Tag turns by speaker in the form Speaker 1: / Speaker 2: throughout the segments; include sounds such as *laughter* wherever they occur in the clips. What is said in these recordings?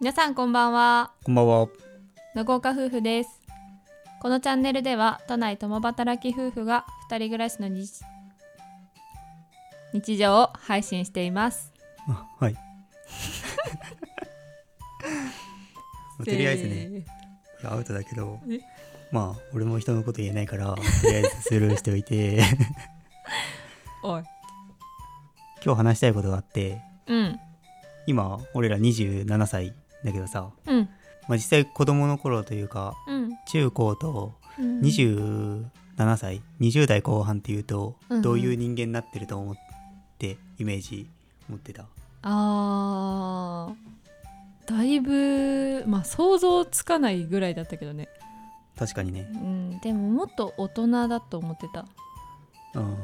Speaker 1: 皆さんこんばんは
Speaker 2: こんばんは。
Speaker 1: 長岡夫婦ですこのチャンネルでは都内共働き夫婦が2人暮らしの日日常を配信しています
Speaker 2: あ
Speaker 1: *laughs*
Speaker 2: はい。とりあえずね、いやアウトだけど
Speaker 1: え、
Speaker 2: まあ、俺も人のこと言えないから、とりあえずスルーしておいて、
Speaker 1: *laughs* おい
Speaker 2: 今日話したいことがあって、
Speaker 1: うん
Speaker 2: 今、俺ら27歳だけどさ、
Speaker 1: うん
Speaker 2: まあ、実際子供の頃というか、
Speaker 1: うん
Speaker 2: 中高と
Speaker 1: うん
Speaker 2: 27歳、20代後半っていうと、
Speaker 1: うんうん
Speaker 2: どういう人間になってると思って、イメージ持ってた。
Speaker 1: あーだいぶまあ想像つかないぐらいだったけどね
Speaker 2: 確かにね
Speaker 1: う。んでももっと大人だと思ってた
Speaker 2: うん。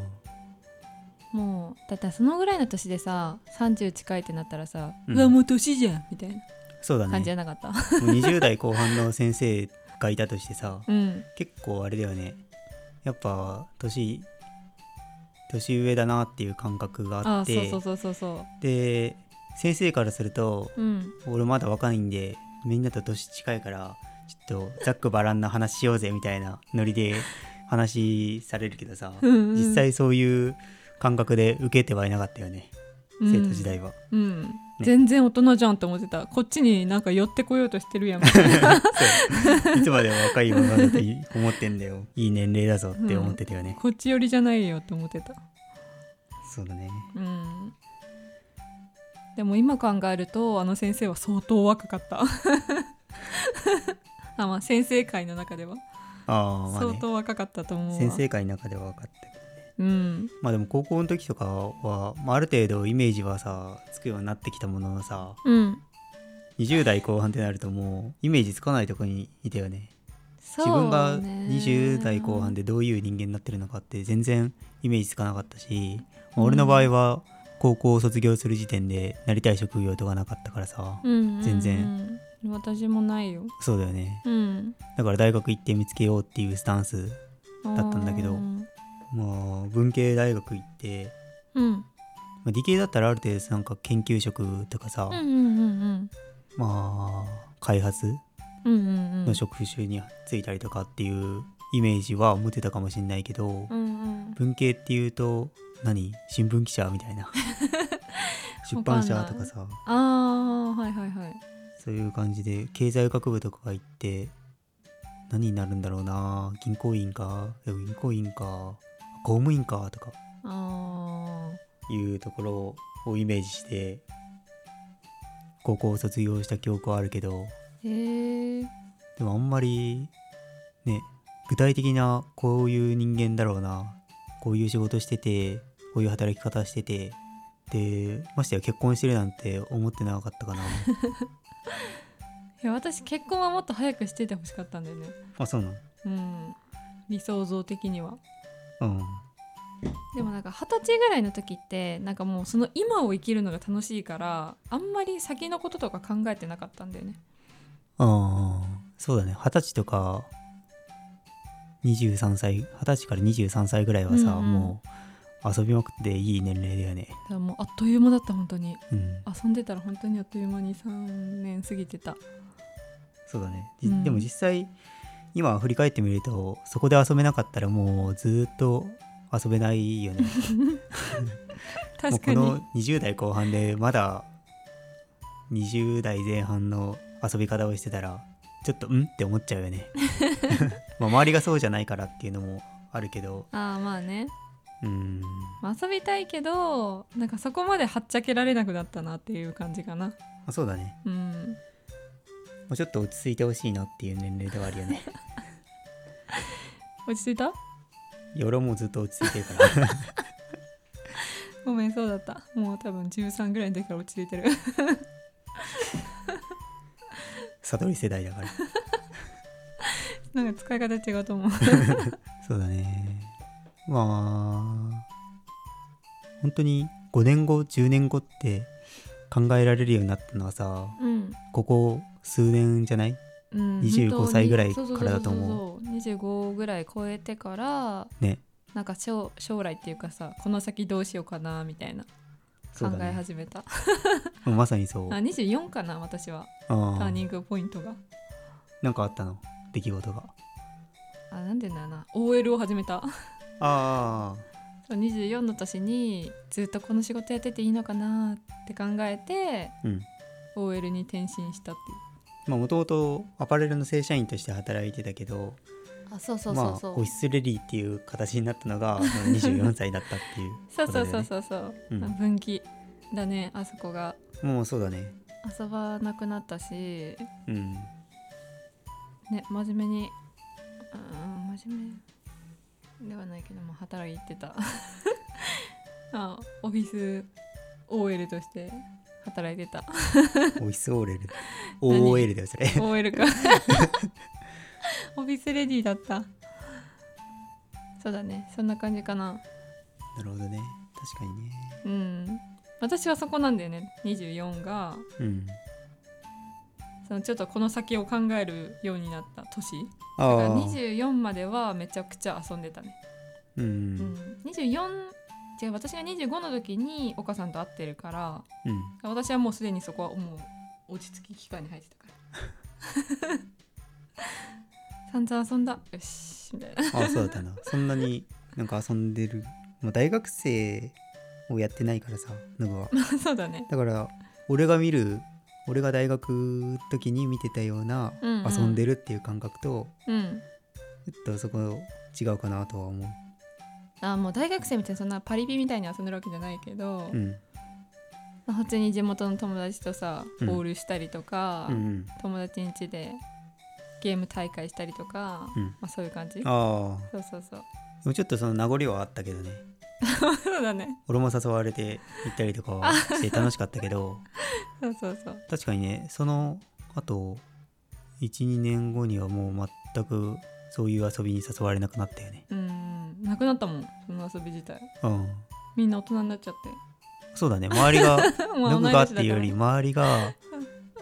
Speaker 1: もうだってそのぐらいの年でさ30近いってなったらさ、う
Speaker 2: うん
Speaker 1: わもう年じゃんみたいな
Speaker 2: そうだね。
Speaker 1: 感じじゃなかった、
Speaker 2: もう20代後半の先生がいたとし
Speaker 1: *laughs*
Speaker 2: てさ
Speaker 1: うん
Speaker 2: 結構あれだよねやっぱ年年上だなっていう感覚があ
Speaker 1: あ
Speaker 2: っ
Speaker 1: ーそう
Speaker 2: て
Speaker 1: そうそうそうそ
Speaker 2: で先生からすると
Speaker 1: ううん
Speaker 2: 俺まだ若いんでみんなと年近いからちょっとざっくばらんな話しようぜみたいなノリで話されるけどさ
Speaker 1: うんうん
Speaker 2: 実際そういう感覚で受けてはいなかったよね生徒時代は、
Speaker 1: うん、うん全然大人じゃんと思ってたこっちになんか寄ってこようとしてる
Speaker 2: *laughs*
Speaker 1: やんみたいな
Speaker 2: いつまでも若いままだと思ってん
Speaker 1: *laughs*
Speaker 2: だよいい年齢だぞって思ってたよね、
Speaker 1: こっち寄りじゃないよと思ってた
Speaker 2: そうだね
Speaker 1: うんでも今考えるとあの先生は相当若かった *laughs* あまあ先生会の中では
Speaker 2: ああまあ
Speaker 1: 相
Speaker 2: ね
Speaker 1: 当若かったと思うわ
Speaker 2: 先生会の中では分かったけど
Speaker 1: うん
Speaker 2: まあでも高校の時とかは、まあ、ある程度イメージはさつくようになってきたもののさ
Speaker 1: うん
Speaker 2: 20代後半ってなるともうイメージつかないとこにいたよね自分が20代後半
Speaker 1: で
Speaker 2: でどういう人間になってるのかって全然イメージつかなかったし、まあ俺の場合は高校を卒業する時点でなりたい職業とかなかったからさ、
Speaker 1: うんうんうん
Speaker 2: 全
Speaker 1: 私もないよ
Speaker 2: そうだよね
Speaker 1: うん
Speaker 2: だから大学行って見つけようっていうスタンス
Speaker 1: だ
Speaker 2: だったんだけど
Speaker 1: うん
Speaker 2: まあ文系大学行って
Speaker 1: うん
Speaker 2: まあ、理系だったらある程度なんか研究職とかさ、
Speaker 1: うんうん
Speaker 2: まあ開発
Speaker 1: うんうんうんうん
Speaker 2: の職種についたりとかっていうイメージは持てたかもしれないけど、
Speaker 1: うんうん
Speaker 2: 文系っていうと何新聞記者みた
Speaker 1: *laughs*
Speaker 2: いな出版社とかさ
Speaker 1: ああはいはいはい
Speaker 2: そういう感じで経済学部とかが行って何になるんだろうな銀行員かでも銀行員か公務員かとか
Speaker 1: あ
Speaker 2: いうところをイメージして高校を卒業した記憶はあるけど
Speaker 1: ーへえ
Speaker 2: でもあんまりね具体的なこういう人間だろうなこういう仕事しててこういう働き方しててでましてや結婚してるなんて思ってなかった
Speaker 1: *laughs*
Speaker 2: かな
Speaker 1: いや私結婚はもっと早くしててほしかったんだよね
Speaker 2: あそうな
Speaker 1: うん理想像的には
Speaker 2: の
Speaker 1: でもなんか二十歳ぐらいの時ってなんかもうその今を生きるのが楽しいからあんまり先のこととか考えてなかったんだよね
Speaker 2: うんああそうだね二十歳とか23歳二十歳から23歳ぐらいはさ、
Speaker 1: うんうん
Speaker 2: もう遊びまくっていい年齢だよ
Speaker 1: だ
Speaker 2: ね
Speaker 1: からもうあっという間だった本当に
Speaker 2: うん
Speaker 1: 遊んでたら本当にあっという間に3年過ぎてた
Speaker 2: そうだね、じ
Speaker 1: うん
Speaker 2: でも実際今振り返ってみるとそこで遊べなかったらもうずーっと遊べないよねもう
Speaker 1: *laughs* 確
Speaker 2: こ
Speaker 1: かに
Speaker 2: の20代後半でまだ20代前半の遊び方をしてたらちょっとんって思っちゃう
Speaker 1: *laughs*
Speaker 2: よねまあ周りがそうじゃないからっていうのもあるけど
Speaker 1: ああまあね
Speaker 2: うん
Speaker 1: まあ遊びたいけどなんかそこまではっちゃけられなくなったなっていう感じかな
Speaker 2: まあそうだね
Speaker 1: うん
Speaker 2: もうちょっと落ち着いてほしいなっていう年齢ではある
Speaker 1: *laughs*
Speaker 2: よね
Speaker 1: 落ち着いた
Speaker 2: 夜もずっと落ち着いてるから *laughs*
Speaker 1: ごめんそうだったもう多分13ぐらいの時から落ち着いてる *laughs*
Speaker 2: 悟り世代だから
Speaker 1: なんか使い方違うと思う
Speaker 2: そうだね。まあ、本当に5年後、10年後って考えられるようになったのはさ、
Speaker 1: うん
Speaker 2: ここ数年じゃない
Speaker 1: うん本
Speaker 2: 25
Speaker 1: 当に
Speaker 2: 歳ぐらい
Speaker 1: そうそう
Speaker 2: からだと思う
Speaker 1: そうそうそう25ぐらい超えてから
Speaker 2: ね。
Speaker 1: なんか将将来っていうかさこの先どうしようかなみたいな
Speaker 2: そ
Speaker 1: 考
Speaker 2: うだね
Speaker 1: え始めた、
Speaker 2: うんまさにそう
Speaker 1: あ24かな私は
Speaker 2: あ
Speaker 1: ター
Speaker 2: ー
Speaker 1: ニングポイントが
Speaker 2: なんかあったの出来事が
Speaker 1: あなんでだよな OL を始めた
Speaker 2: あー
Speaker 1: そう24の年にずっとこの仕事やってていいのかなって考えて
Speaker 2: うん
Speaker 1: OL に転身したっていう
Speaker 2: まあもともとアパレルの正社員として働いてたけど
Speaker 3: あそうそうそうそ
Speaker 2: ま
Speaker 3: う
Speaker 2: あ、オフィスレディーっていう形になったのがまあ24歳だったっていう
Speaker 1: そう
Speaker 2: こ
Speaker 1: *laughs* そ
Speaker 2: とだよ
Speaker 1: う
Speaker 2: ね
Speaker 1: そうそうそう、
Speaker 2: うん
Speaker 1: まあ分岐だねあそこが
Speaker 2: もうそうだね
Speaker 1: 遊ばなくなったし *laughs*
Speaker 2: うん
Speaker 1: ね真面目にうん真面目ではないけども働いてた *laughs* あオフィス OL として働いてた
Speaker 2: オフィスオーレル
Speaker 1: 何
Speaker 2: OL だよそれ
Speaker 1: OL か *laughs* オフィスレディーだったそうだねそんな感じかな
Speaker 2: なるほどね確かにね
Speaker 1: うん私はそこなんだよね24が
Speaker 2: うん
Speaker 1: そのちょっとこの先を考えるようになった年
Speaker 2: あ
Speaker 1: だから
Speaker 2: あ
Speaker 1: 24まではめちゃくちゃ遊んでたね
Speaker 2: う
Speaker 1: うんん、24違う私が25の時に岡さんと会ってるから
Speaker 2: うん
Speaker 1: 私はもうすでにそこはもう落ち着き期間に入ってたから *laughs* 散々遊んだよしみたいな *laughs*
Speaker 2: あそうだったなそんなになんか遊んでる、まあ、大学生をやってないからさノブは
Speaker 1: そうだね
Speaker 2: だから俺が見る俺が大学の時に見てたような
Speaker 1: うんうん
Speaker 2: 遊んでるっていう感覚と、
Speaker 1: うん
Speaker 2: ちょっとそこ違うかなとは思う
Speaker 1: あもう大学生みたいにそんなパリピみたいに遊んでるわけじゃないけど、
Speaker 2: うん
Speaker 1: まあ普通に地元の友達とさ
Speaker 2: うん
Speaker 1: ボールしたりとか、
Speaker 2: うんうん
Speaker 1: 友達ん家でゲーム大会したりとか、
Speaker 2: うん
Speaker 1: まあ、そういう感じ
Speaker 2: ああ
Speaker 1: そうそうそう
Speaker 2: でもちょっとその名残はあったけどね
Speaker 1: そうだね
Speaker 2: 俺も誘われて行ったりとかはして楽しかったけど
Speaker 1: そうそうそう
Speaker 2: 確かにねそのあと12年後にはもう全くそういう遊びに誘われなくなったよね
Speaker 1: うんなくなったもんその遊び自体
Speaker 2: うん
Speaker 1: みんな大人になっちゃって
Speaker 2: *laughs* そうだね周りが
Speaker 1: *laughs* も
Speaker 2: ノ
Speaker 1: う同
Speaker 2: ブ
Speaker 1: い年
Speaker 2: が
Speaker 1: だから
Speaker 2: っていうより周りが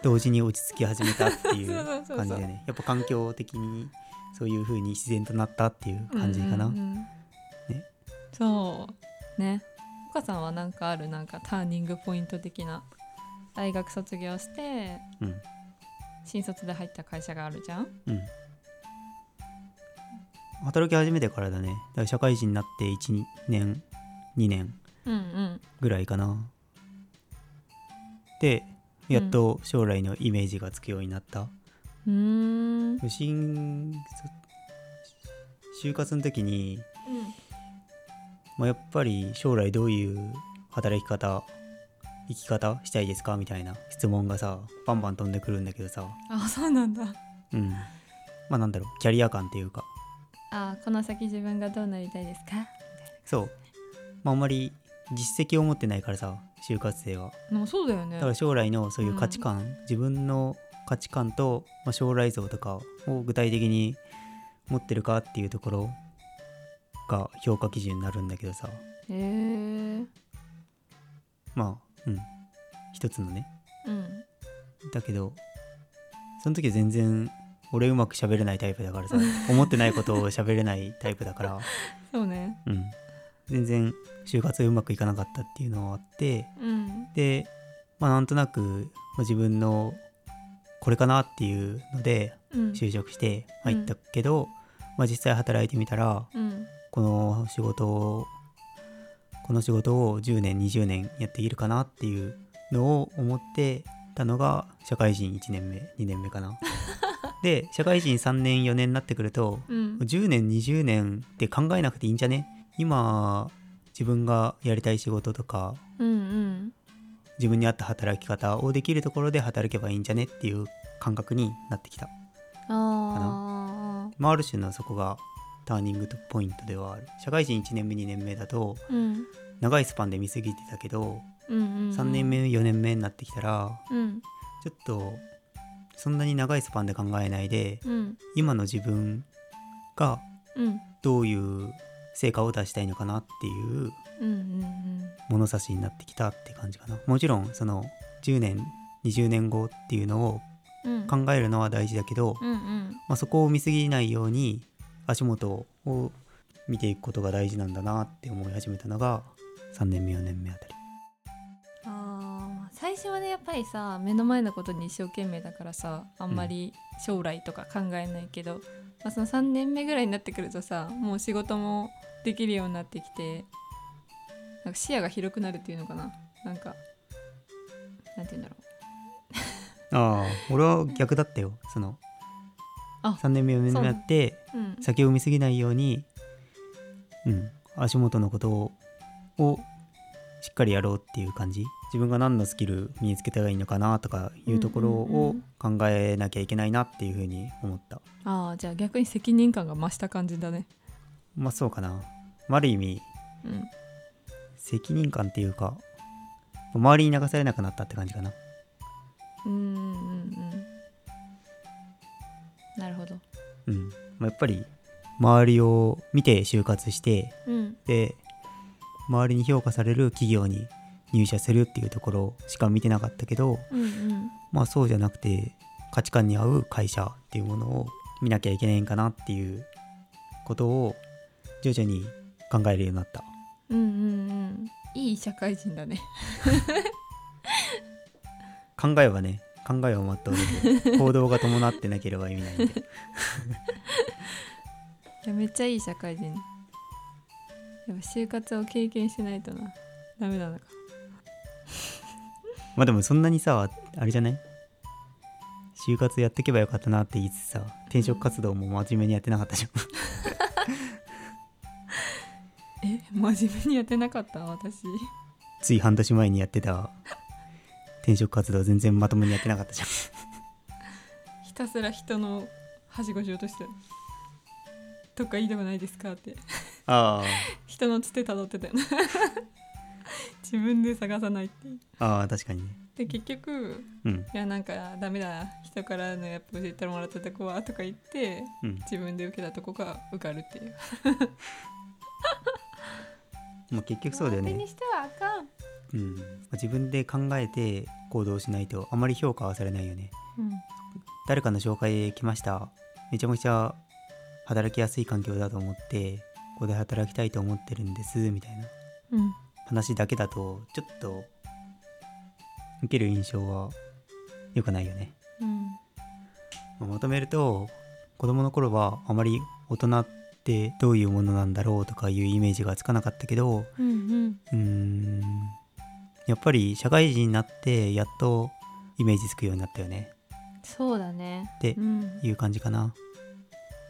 Speaker 2: 同時に落ち着き始めたって
Speaker 1: *laughs*
Speaker 2: い
Speaker 1: そうそう
Speaker 2: う
Speaker 1: そうそう
Speaker 2: 感じでねやっぱ環境的にそういう風に自然となったっていう感じかな、
Speaker 1: うんうんうん
Speaker 2: ね
Speaker 1: そうね岡さんは何かあるなんかターニングポイント的な大学卒業して
Speaker 2: うん
Speaker 1: 新卒で入った会社があるじゃん
Speaker 2: うん働き始めてからだねだから社会人になって1年2年
Speaker 1: うんうん
Speaker 2: ぐらいかなでやっと将来のイメージがつくようになった、
Speaker 1: うーん
Speaker 2: 新就活の時に、まあ、やっぱり将来どういう働き方生き方したいですかみたいな質問がさバンバン飛んでくるんだけどさ
Speaker 1: あそうなんだ
Speaker 2: うんまあなんだろうキャリア感っていうか
Speaker 1: あこの先自分がどうなりたいですか
Speaker 2: そう、まあ、あんまり実績を持ってないからさ就活生は
Speaker 1: でもそうだよね
Speaker 2: だから将来のそういう価値観、自分の価値観と、まあ、将来像とかを具体的に持ってるかっていうところが評価基準になるんだけどさ
Speaker 1: へえ
Speaker 2: まあうん一つのね
Speaker 1: うん
Speaker 2: だけどその時全然俺うまく喋れないタイプだからさ思ってないことを喋れないタイプだから、
Speaker 1: そうね
Speaker 2: うん、全然就活うまくいかなかったっていうのはあって
Speaker 1: うん
Speaker 2: で、まあ、なんとなくまあ自分のこれかなっていうので
Speaker 1: うん
Speaker 2: 就職して入ったけど、まあ、実際働いてみたら
Speaker 1: うん
Speaker 2: この仕事をこの仕事を10年20年やっているかなっていうのを思ってたのが社会人1年目2年目かな。で社会人3年4年になってくると
Speaker 1: うん
Speaker 2: 10年20年って考えなくていいんじゃね今自分がやりたい仕事とか
Speaker 1: うんうん
Speaker 2: 自分に合った働き方をできるところで働けばいいんじゃねっていう感覚になってきた。
Speaker 1: あ
Speaker 2: まあ、ある種のそこがターニングポイントではある社会人1年目2年目だと
Speaker 1: あうん
Speaker 2: 長いスパンで見過ぎてたけど
Speaker 1: うんうん
Speaker 2: 3年目4年目になってきたら
Speaker 1: うん
Speaker 2: ちょっとそんなに長いスパンで考えないで
Speaker 1: うん
Speaker 2: 今の自分が
Speaker 1: うん
Speaker 2: どういう成果を出したいのかなっていう
Speaker 1: うんうん
Speaker 2: 物差しになってきたって感じかなもちろんその10年20年後っていうのを
Speaker 1: うんうん
Speaker 2: 考えるのは大事だけど、
Speaker 1: うんうん
Speaker 2: まあ、そこを見過ぎないように足元を見ていくことが大事なんだなって思い始めたのが3年目4年目あたり
Speaker 1: 最初はねやっぱりさ目の前のことに一生懸命だからさあんまり将来とか考えないけど、まあ、その3年目ぐらいになってくるとさもう仕事もできるようになってきてなんか視野が広くなるっていうのかななんかなんて言うんだろう
Speaker 2: ああ俺は逆だったよその
Speaker 1: あ
Speaker 2: 3年目4年目になって
Speaker 1: うん、
Speaker 2: 先を見すぎないように、うん、足元のことををしっかりやろうっていう感じ自分が何のスキル身につけたらいいのかなとかいうところを考えなきゃいけないなっていうふうに思った、
Speaker 1: ああじゃあ逆に責任感が増した感じだね
Speaker 2: まあそうかなある意味
Speaker 1: うん
Speaker 2: 責任感っていうか周りに流されなくなったって感じかな
Speaker 1: うんうんうんなるほど
Speaker 2: うん、まあ、やっぱり周りを見て就活して
Speaker 1: うん
Speaker 2: で周りに評価される企業に入社するっていうところしか見てなかったけど
Speaker 1: うんうん
Speaker 2: まあそうじゃなくて価値観に合う会社っていうものを見なきゃいけないんかなっていうことを徐々に考えるようになった
Speaker 1: うんうんうんいい社会人だね
Speaker 2: 考えはね考えはまっとうけど行動が伴ってなければ意味ないんで
Speaker 1: いやめっちゃいい社会人やっぱ就活を経験してないとなダメなのか
Speaker 2: まあでもそんなにさあれじゃない就活やってけばよかったなって言いつつさ転職活動も真面目にやってなかったじゃん *laughs*
Speaker 1: え真面目にやってなかった私
Speaker 2: つい半年前にやってた転職活動全然まともにやってなかったじゃん
Speaker 1: ひたすら人のはしごしようとしてたとかいいでもないですかって
Speaker 2: あ
Speaker 1: 人のつてたどってたよな *laughs* 自分で探さないっていう
Speaker 2: あああ確かにね
Speaker 1: で結局
Speaker 2: うん
Speaker 1: いやなんかダメだ人からのやっぱ教えてもらったとこはとか言って
Speaker 2: うん
Speaker 1: 自分で受けたとこが受かるっていう
Speaker 2: もう結局そうだよね
Speaker 1: 勝手にしてはあかん
Speaker 2: うん、自分で考えて行動しないとあまり評価はされないよね
Speaker 1: うん
Speaker 2: 誰かの紹介で来ましためちゃめちゃ働きやすい環境だと思ってここで働きたいと思ってるんですみたいな
Speaker 1: うん
Speaker 2: 話だけだとちょっと受ける印象は良くないよね、
Speaker 1: うん
Speaker 2: まあまとめると子供の頃はあまり大人ってどういうものなんだろうとかいうイメージがつかなかったけど
Speaker 1: うんうん
Speaker 2: うーんやっぱり社会人になってやっとイメージつくようになったよね
Speaker 1: そうだね
Speaker 2: って
Speaker 1: うん、
Speaker 2: いう感じかな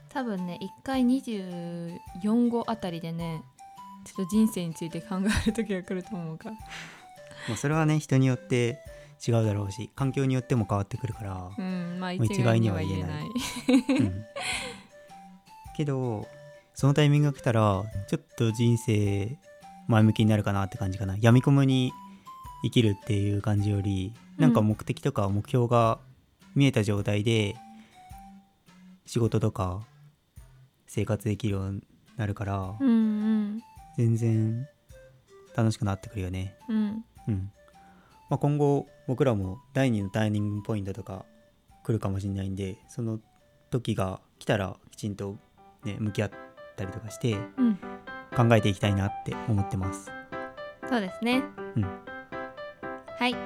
Speaker 1: 多分ね1回24号あたりでねちょっと人生について考える時が来ると思うから
Speaker 2: まあそれはね人によって違うだろうし環境によっても変わってくるから、
Speaker 1: うんまあ
Speaker 2: まあ
Speaker 1: 一概には言えない
Speaker 2: うんけどそのタイミングが来たらちょっと人生前向きになるかなって感じかなやみこもに生きるっていう感じよりなんか目的とか目標が見えた状態で仕事とか生活できるようになるから、
Speaker 1: うんうん
Speaker 2: 全然楽しくなってくるよね。
Speaker 1: うん
Speaker 2: うんまあ、今後僕らも第2のターニングポイントとか来るかもしれないんでその時が来たらきちんと、ね、向き合ったりとかして
Speaker 1: うん
Speaker 2: 考えていきたいなって思ってます。
Speaker 1: そうですね
Speaker 2: うん
Speaker 1: はい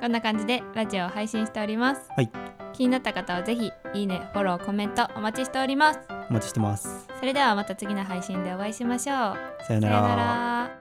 Speaker 1: こんな感じでラジオを配信しております、
Speaker 2: はい、
Speaker 1: 気になった方はぜひいいねフォローコメントお待ちしております
Speaker 2: お待ちしてます。
Speaker 1: それではまた次の配信でお会いしましょう
Speaker 2: さよ
Speaker 1: さ
Speaker 2: うな
Speaker 1: よな
Speaker 2: ら。
Speaker 1: ら